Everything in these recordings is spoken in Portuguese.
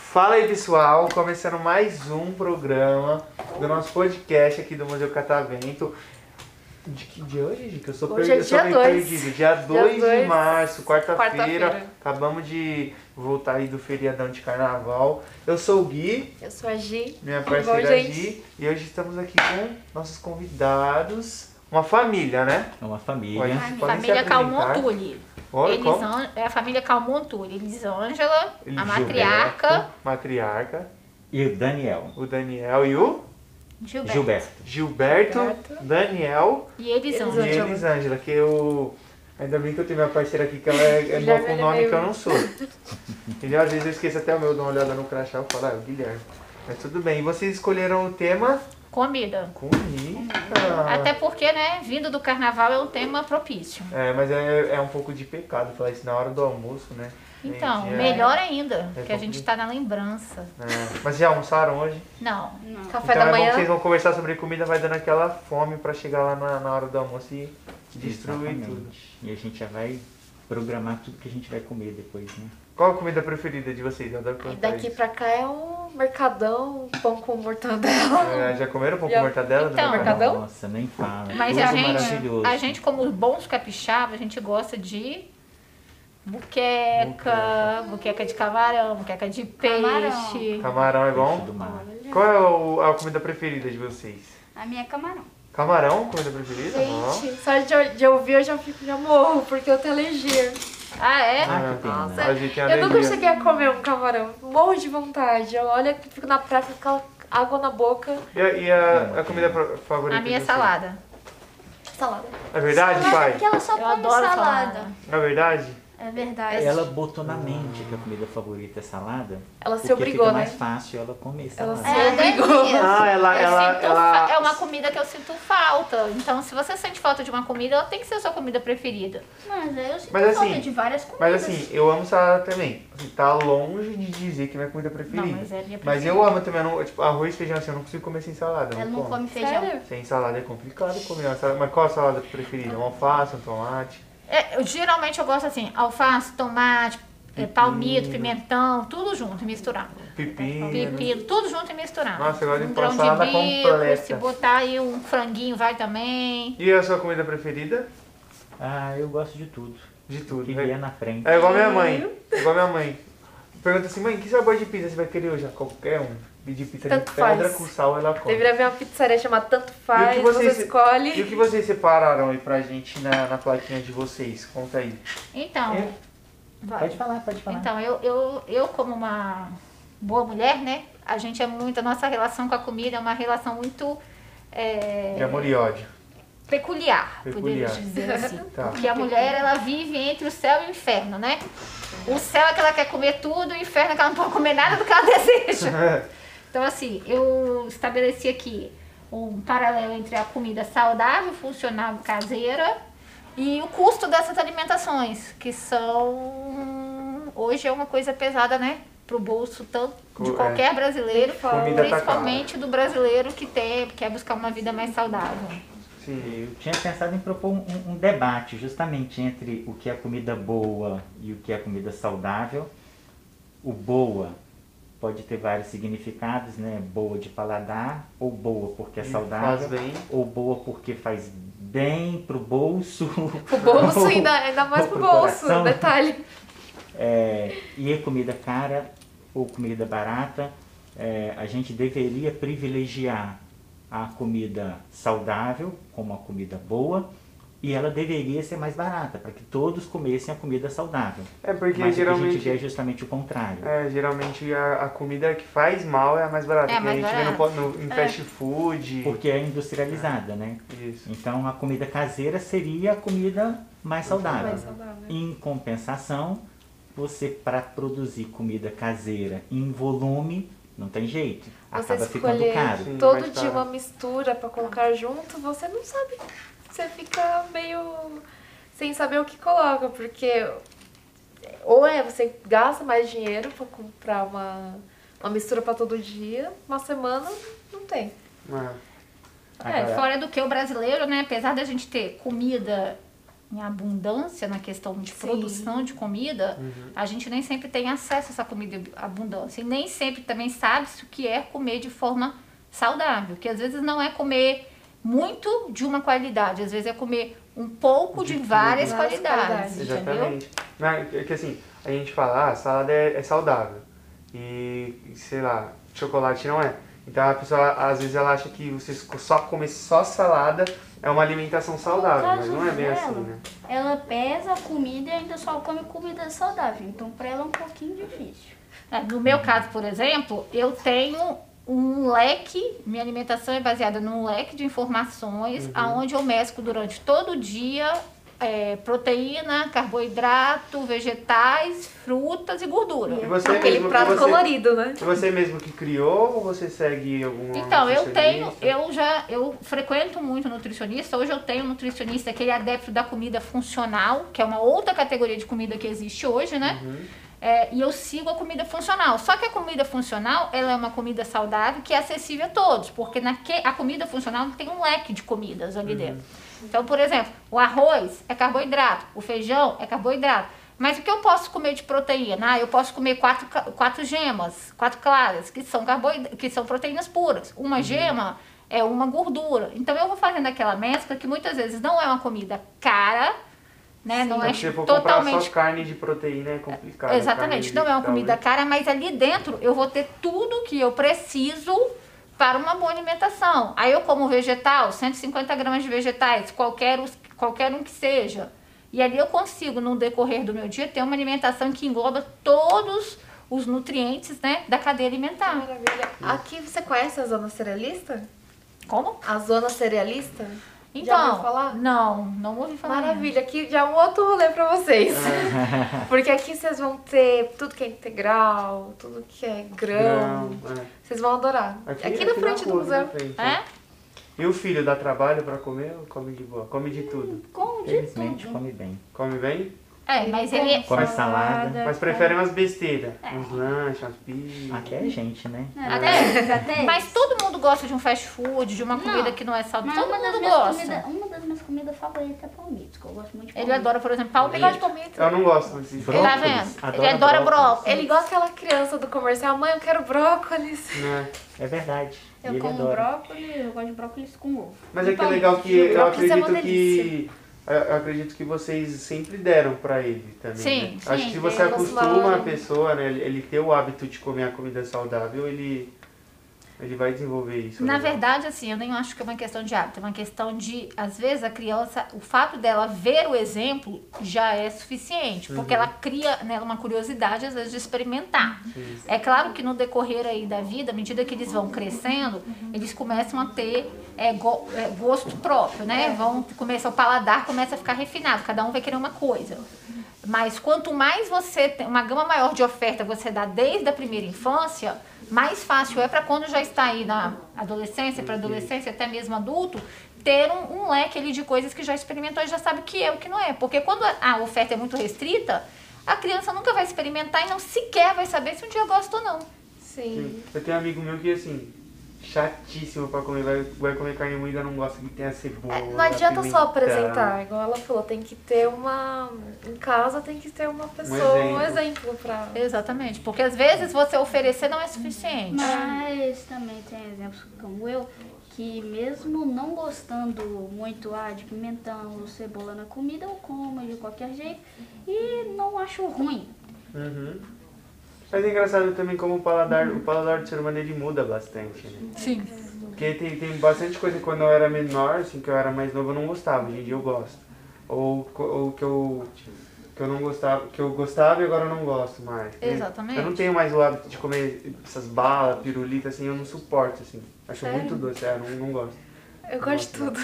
Fala aí pessoal, começando mais um programa do nosso podcast aqui do Museu Catavento. De que dia é hoje, Gi? Que eu sou Hoje perdi- é eu sou dia meio dois. perdido. Dia 2 de dois. março, quarta-feira. Quarta-feira. Acabamos de voltar aí do feriadão de carnaval. Eu sou o Gui, Eu sou a Gi. minha Tudo bom, parceira gente? Gi, e hoje estamos aqui com nossos convidados. Uma família, né? É uma Olha. família. Podem se família apresentar. Calmontuli. é Olha como. Elisan- É a família Calmontuli. Elisângela, a Elisgilberto, matriarca, Matriarca, E o Daniel. o Daniel e o Gilberto. Gilberto. Gilberto, Gilberto. Daniel E Elisângela. Então, e Elisângela, que eu. Ainda bem que eu tenho minha parceira aqui, que ela é, é Guilherme, mal com ele é nome meio- que eu não sou. Entendeu? Às vezes eu esqueço até o meu, dou uma olhada no crachá e falo, ah, é o Guilherme. Mas tudo bem. E vocês escolheram o tema Comida. comida. Ah. Até porque, né, vindo do carnaval é um tema propício. É, mas é, é um pouco de pecado falar isso na hora do almoço, né? Então, Gente, é- melhor ainda, É que a gente complicado. tá na lembrança. é. Mas já almoçaram hoje? Não. então Café da é bom que manhã. vocês vão conversar sobre comida, vai dando aquela fome pra chegar lá na, na hora do almoço e destruir Exatamente. tudo. E a gente já vai programar tudo que a gente vai comer depois, né? Qual a comida preferida de vocês? Eu adoro E perguntar daqui isso. pra cá é um mercadão, pão com mortadela. É, já comeram um pouco Já- de mortadela? Então, né? mercado- Mercadão? Nossa, nem fala. Mas tudo a gente, maravilhoso. a gente, como bons capixabas, a gente gosta de buqueca, buqueca de camarão, buqueca de Camarão. peixe. Camarão é Peixe do bom? mar. Qual é o- a comida preferida de vocês? A minha é camarão. Camarão, comida preferida? Não. Gente, só de, de ouvir eu já fico, já morro, porque eu tenho alergia. Ah, é? Ah, que pena. a gente tem né? eu alergia. nunca cheguei a comer um camarão. Morro de vontade. Eu olho, eu fico na praia, fico com aquela água na boca. E a, e a- a comida pro- favorita A minha é de vocês? salada. Salada. É verdade, pai? Porque ela só Eu come adoro salada. salada. É verdade? É verdade. Ela botou na mente que a comida favorita é salada. Ela se porque obrigou, fica né? mais fácil ela comer Ela salada. se É, obrigou. delícia. Ah, ela... Eu ela, sinto ela... fa- É uma comida que eu sinto falta. Então, se você sente falta de uma comida, ela tem que ser a sua comida preferida. Mas eu sinto Mas falta assim- de várias comidas. Mas assim, eu amo salada também. Assim, tá longe de dizer que é minha comida preferida. Não, mas é a minha Mas eu amo também. eu não- tipo, arroz e feijão assim, eu não consigo comer sem salada. eu ela não como. come feijão. Sério? Sem salada é complicado comer uma salada. Mas qual é a salada preferida? Um alface, um tomate? É, eu- geralmente eu gosto assim, alface, tomate, eh, palmito, pimentão, tudo junto, e misturado. Pepino. Pepino, tudo junto e misturado. Nossa, eu gosto de um pôr grão salada de bico, completa. se botar aí um franguinho vai também. E a sua comida preferida? Ah, eu gosto de tudo. De O tudo. que né? vier na frente. É igual minha mãe. É igual minha mãe. Pergunta assim, mãe, que sabor de pizza você vai querer hoje? Ah, Qualquer um. Pedir pizza de Tanto pedra faz. com sal, ela come. Deveria haver uma pizzaria chamada Tanto Faz, você vocês- escolhe. E o que vocês separaram aí pra gente na, na plaquinha de vocês? Conta aí. Então, É. vai. Pode falar, pode falar. Então, eu, eu, eu como uma boa mulher, né? A gente é muito, a nossa relação com a comida é uma relação muito é, De amor e ódio. peculiar, Peculiar. podemos dizer assim. Tá. Porque a mulher, ela vive entre o céu e o inferno, né? O céu é que ela quer comer tudo, o inferno é que ela não pode comer nada do que ela deseja. Então, assim, eu estabeleci aqui um paralelo entre a comida saudável, funcional e caseira e o custo dessas alimentações, que são. Hoje é uma coisa pesada, né? Pro bolso tanto de Co- é. qualquer brasileiro, Comida tá principalmente do brasileiro que tem, quer buscar uma vida mais saudável. Sim. Eu tinha pensado em propor um, um debate justamente entre o que é comida boa e o que é comida saudável. O boa pode ter vários significados, né? Boa de paladar, ou boa porque é E saudável, Hum, faz bem. ou boa porque faz bem pro bolso. Pro bolso, ainda, ainda mais Ou pro pro bolso, coração. detalhe. É, e é comida cara ou comida barata, é, a gente deveria privilegiar a comida saudável como a comida boa e ela deveria ser mais barata para que todos comessem a comida saudável. É porque Mas o que a geralmente. gente vê é justamente o contrário. É, geralmente a, a comida que faz mal é a mais barata. É a que mais a gente vê no, barata. É. po- no- em fast food. Porque é industrializada, né? Isso. Então a comida caseira seria a comida mais Ah, saudável. Mais saudável. Em compensação, você para produzir comida caseira em volume, não tem jeito. Você acaba ficando escolher caro. Sim, todo mais dia caro. uma mistura pra colocar junto, você não sabe. Você fica meio sem saber o que coloca, porque ou é você gasta mais dinheiro pra comprar uma, uma mistura pra todo dia, uma semana não tem. Ah, É, Agora- fora do que o brasileiro, né? Apesar da gente ter comida em abundância na questão de produção de comida, a gente nem sempre tem acesso a essa comida em abundância. E nem sempre também sabe-se o que é comer de forma saudável. Que às vezes não é comer muito de uma qualidade, às vezes é comer um pouco de, várias, Várias qualidades, qualidades. entendeu? exatamente. Não, é que- é que assim, a gente fala, ah, salada é, é saudável. E, sei lá, chocolate não é. Então a pessoa, às vezes, ela acha que você só comer só salada é uma alimentação saudável, mas não é bem dela, assim, né? Ela pesa a comida e ainda só come comida saudável. Então pra ela é um pouquinho difícil. É, No meu caso, por exemplo, eu tenho um leque, minha alimentação é baseada num leque de informações, Uhum. aonde eu mesclo durante todo o dia é, proteína, carboidrato, vegetais, frutas e gordura. E você Aquele É mesmo, prato você, colorido, né? é Você mesmo que criou ou você segue algum Então, eu tenho, é nutricionista? eu já, eu frequento muito nutricionista, hoje eu tenho um nutricionista que ele é adepto da comida funcional, que é uma outra categoria de comida que existe hoje, né? Uhum. É, e eu sigo a comida funcional. Só que a comida funcional, ela é uma comida saudável que é acessível a todos, porque na que, a comida funcional tem um leque de comidas Uhum. ali dentro. Então, por exemplo, o arroz é carboidrato, o feijão é carboidrato. Mas o que eu posso comer de proteína? Ah, eu posso comer quatro, ca- quatro gemas, quatro claras, que são, carboid... que são proteínas puras. Uma Uhum. gema é uma gordura. Então eu vou fazendo aquela mescla que muitas vezes não é uma comida cara, né? não é Porque Então, se for tipo, comprar totalmente só carne de proteína é complicado. Exatamente, carne não é uma vegetal, comida né? cara, mas ali dentro eu vou ter tudo que eu preciso para uma boa alimentação. Aí eu como vegetal, 150 gramas de vegetais, qualquer, os- qualquer um que seja. E ali eu consigo, no decorrer do meu dia, ter uma alimentação que engloba todos os nutrientes né, da cadeia alimentar. Ah, Maravilha. Aqui você conhece a zona cerealista? Como? A zona cerealista? Então, Já ouviu falar? não, não ouvi falar. Maravilha, aqui já é um outro rolê pra vocês. Porque aqui vocês vão ter tudo que é integral, tudo que é grão. Não, é. Vocês vão adorar. Aqui, na né? frente do rua, museu. na frente, É? E o filho dá trabalho pra comer ou come de boa? Come de tudo. Com de Felizmente tudo. come bem. Come bem, É, mas ele. Come salada. mas prefere umas besteiras. Uns lanches, umas pizzas. Aqui é gente, né? Até, é. Até. mas todo mundo gosta de um fast food, de uma Não. comida que não é saudável. Todo Mas uma das mundo minhas gosta. comidas- uma das minhas comidas favoritas é palmito, que eu gosto muito de Ele adora, por exemplo, Eu gosto de palmito. palmito. Eu não gosto desse Bro- Tá Brócolis. vendo? Adora Ele adora brócolis. brócolis. Ele é igual aquela criança do comercial, mãe, eu quero brócolis. né? É verdade. E Eu ele como adora. brócolis, eu gosto de brócolis com ovo. Mas E é que é palmito. legal que E o eu brócolis é uma acredito delícia. que. Eu eu acredito que vocês sempre deram pra ele também. Sim, né? Acho sim, que se você eles acostuma a falaram. pessoa, né? Ele, ele ter o hábito de comer a comida saudável, ele. Ele vai desenvolver isso. Na né? verdade, assim, eu nem acho que é uma questão de hábito, é uma questão de, às vezes, a criança, o fato dela ver o exemplo já é suficiente, porque ela cria nela uma curiosidade, às vezes, de experimentar. É claro que no decorrer aí da vida, à medida que eles vão crescendo, eles começam a ter é, go- é, gosto próprio, né? Vão, começa, o paladar começa a ficar refinado, cada um vai querer uma coisa. Mas quanto mais você tem uma gama maior de oferta você dá desde a primeira infância, mais fácil é para quando já está aí na adolescência, para adolescência, até mesmo adulto, ter um, um leque ali de coisas que já experimentou e já sabe o que é, o que não é. Porque quando a- a oferta é muito restrita, a criança nunca vai experimentar e não sequer vai saber se um dia gosta ou não. Sim. Sim. Eu tenho um amigo meu que, assim, chatíssimo pra comer, vai, vai comer carne moída, não gosta que tenha cebola. É, não adianta só pimentão. apresentar, igual ela falou, tem que ter uma. Em casa tem que ter uma pessoa, um exemplo, pra. Exatamente. Porque às vezes você oferecer não é suficiente. Mas também tem exemplos como eu, que mesmo não gostando muito ah, de pimentão ou cebola na comida, eu como de qualquer jeito e não acho ruim. Uhum. Mas é engraçado também como o paladar, o paladar do ser humano ele muda bastante, né? Sim. Porque tem, tem bastante coisa que quando eu era menor, assim, que eu era mais novo, eu não gostava, hoje em dia eu gosto. Ou, co- ou que eu que eu não gostava, que eu gostava e agora eu não gosto mais. né? Exatamente. Eu não tenho mais o hábito de comer essas balas, pirulita, assim, eu não suporto, assim. Acho Sério? muito doce, é, eu não, não gosto. Eu gosto de tudo.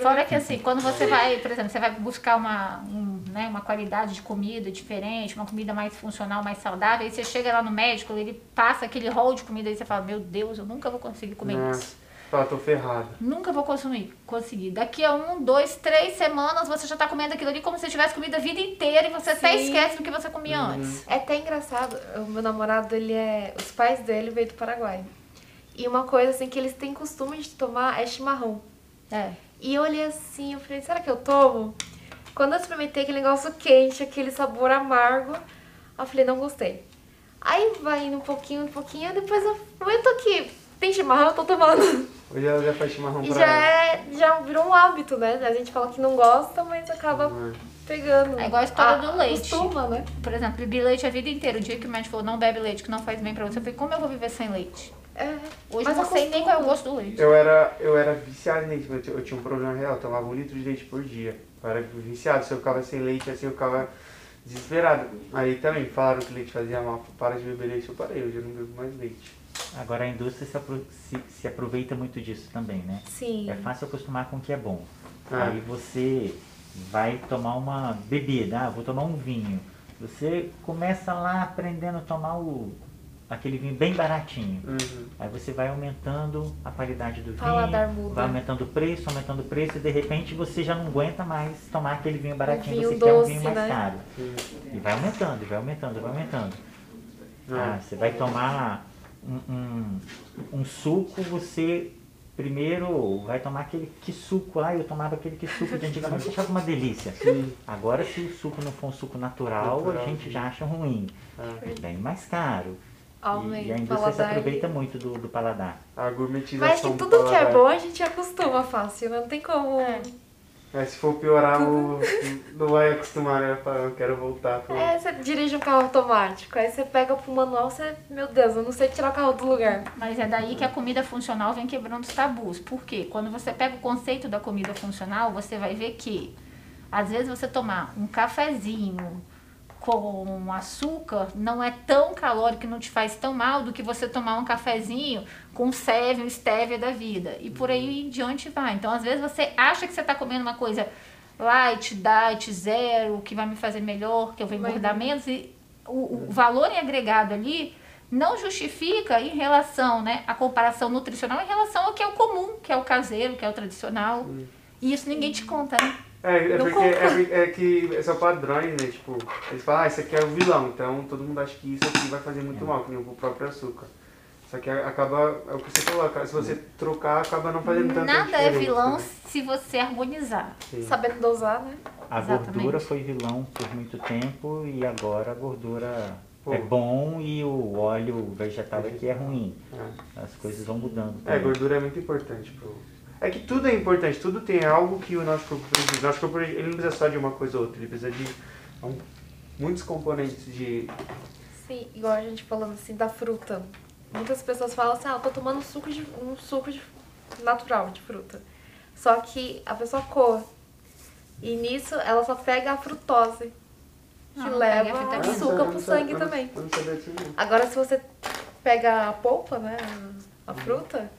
Fora que assim, quando você vai, por exemplo, você vai buscar uma, um, né, uma qualidade de comida diferente, uma comida mais funcional, mais saudável, aí você chega lá no médico, ele passa aquele rol de comida e você fala, meu Deus, eu nunca vou conseguir comer isso. Nossa, fala, tô ferrado. Nunca vou consumir, conseguir. Daqui a um, dois, três semanas você já tá comendo aquilo ali como se tivesse comido a vida inteira e você até Sim. esquece do que você comia antes. É até engraçado, o meu namorado, ele é. Os pais dele veio do Paraguai. E uma coisa assim que eles têm costume de tomar é chimarrão. É. E eu olhei assim, eu falei, será que eu tomo? Quando eu experimentei aquele negócio quente, aquele sabor amargo, eu falei, não gostei. Aí vai indo um pouquinho, um pouquinho, depois eu eu tô aqui. Tem chimarrão, eu tô tomando. Hoje ela já faz chimarrão E pra já ela. é, já virou um hábito, né? A gente fala que não gosta, mas acaba Hum. pegando. É igual a história do leite. Costuma, né? Por exemplo, bebi leite a vida inteira. O dia que o médico falou, não bebe leite, que não faz bem pra você, eu falei, como eu vou viver sem leite? É. Hoje Mas eu não sei nem acostuma. qual é o gosto do leite. Eu era, eu era viciado em leite, mas eu tinha- eu tinha um problema real, eu tomava um litro de leite por dia. Eu era viciado, se eu ficava sem leite, assim, eu ficava desesperado. Aí também falaram que leite fazia mal, para de beber leite, eu parei, hoje eu não bebo mais leite. Agora a indústria se, apro- se- se aproveita muito disso também, né? Sim. É fácil acostumar com o que é bom. Ah. Aí você vai tomar uma bebida, ah, vou tomar um vinho. Você começa lá aprendendo a tomar o, aquele vinho bem baratinho. Uhum. Aí você vai aumentando a qualidade do Paladar vinho, muda. vai aumentando o preço, aumentando o preço e de repente você já não aguenta mais tomar aquele vinho baratinho, vinho você doce, quer um vinho mais né? caro. Sim. E vai aumentando, e vai aumentando, e vai aumentando. Ah. Ah, você vai tomar um, um- um suco, você primeiro vai tomar aquele que suco lá, eu tomava aquele que suco de antigamente, achava uma delícia. Agora se o suco não for um suco natural, Natural, a gente sim. já acha ruim. Ah. É bem mais caro. Aumenta e, e a o indústria se paladar aproveita e- muito do, do paladar. A gourmetização Mas que do tudo que é paladar. bom a gente acostuma fácil, né? não tem como. É, se for piorar, o- não vai acostumar, né? Falar, Eu quero voltar. Pro... É, você dirige um carro automático, aí você pega pro manual, você, meu Deus, eu não sei tirar o carro do lugar. Mas é daí que a comida funcional vem quebrando os tabus. Por quê? Quando você pega o conceito da comida funcional, você vai ver que às vezes você tomar um cafezinho com açúcar não é tão calórico e não te faz tão mal do que você tomar um cafezinho com stevia, stevia da vida. E por aí em diante vai. Então, às vezes você acha que você está comendo uma coisa light, diet, zero, que vai me fazer melhor, que eu vou Mas- engordar menos e o, o valor em agregado ali não justifica em relação, né, a comparação nutricional em relação ao que é o comum, que é o caseiro, que é o tradicional. E isso ninguém te conta, né? É, é Não porque é, porque- é que são padrões, né? Tipo, eles falam, ah, isso aqui é o vilão, então todo mundo acha que isso aqui vai fazer muito mal, que nem o próprio açúcar. Só que acaba, é o que você coloca, se você trocar, acaba não fazendo né? tanto Nada é vilão se você harmonizar. Sabendo dosar, né? A Exatamente. gordura foi vilão por muito tempo e agora a gordura Pô. é bom e o óleo vegetal aqui é ruim. É. As coisas vão mudando. É, também. gordura é muito importante pro... É que tudo é importante, tudo tem algo que o nosso corpo precisa. O nosso corpo, ele não precisa só de uma coisa ou outra, ele precisa de um- muitos componentes de... Sim, igual a gente falando assim da fruta. Muitas pessoas falam assim, ah, eu tô tomando suco de, um suco de, natural de fruta. Só que a pessoa coa. E nisso ela só pega a frutose, que Ah, leva pega a a vitamina. açúcar pro sangue Eu não- também. Eu não sabia disso não. Agora, se você pega a polpa, né? A fruta,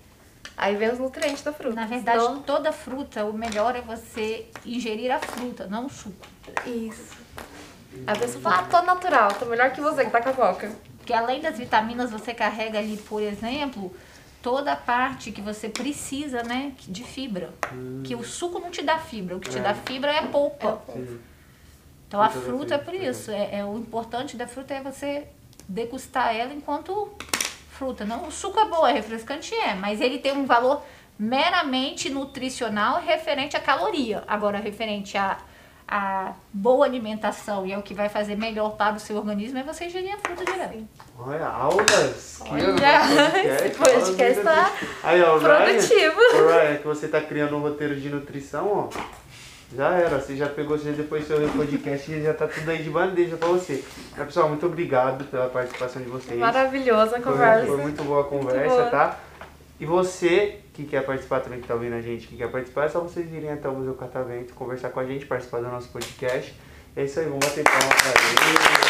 aí vem os nutrientes da fruta. Então, Na verdade, Senão- toda fruta, o melhor é você ingerir a fruta, não o suco. isso. Aí A pessoa fala, ah, tô natural, tô melhor que você que tá com a coca. Porque além das vitaminas, você carrega ali, por exemplo, toda a parte que você precisa, né, de fibra. Que o suco não te dá fibra, o que te Hum. É. dá fibra é a polpa. Sim. Então a Fruta fruta é por vermelha, isso. É, é o importante da fruta é você degustar ela enquanto fruta. Não, o suco é bom, é refrescante, é, mas ele tem um valor meramente nutricional referente à caloria. Agora, referente à, à boa alimentação e ao que vai fazer melhor para o seu organismo é você ingerir a fruta direto. Olha, aulas! Que Olha, podcast, esse podcast aulas tá de- Aí, ó, o produtivo. Ryan, o Ryan, que você tá criando um roteiro de nutrição, ó. Já era, você já pegou, você já depois seu podcast e já tá tudo aí de bandeja pra você. Mas, pessoal, muito obrigado pela participação de vocês. Maravilhosa a Foi- conversa. Foi muito boa a conversa, boa. tá? E você que quer participar também, que tá ouvindo a gente, que quer participar, é só vocês irem até o Museu Catavento, conversar com a gente, participar do nosso podcast. É isso aí, vamos bater palma pra ele.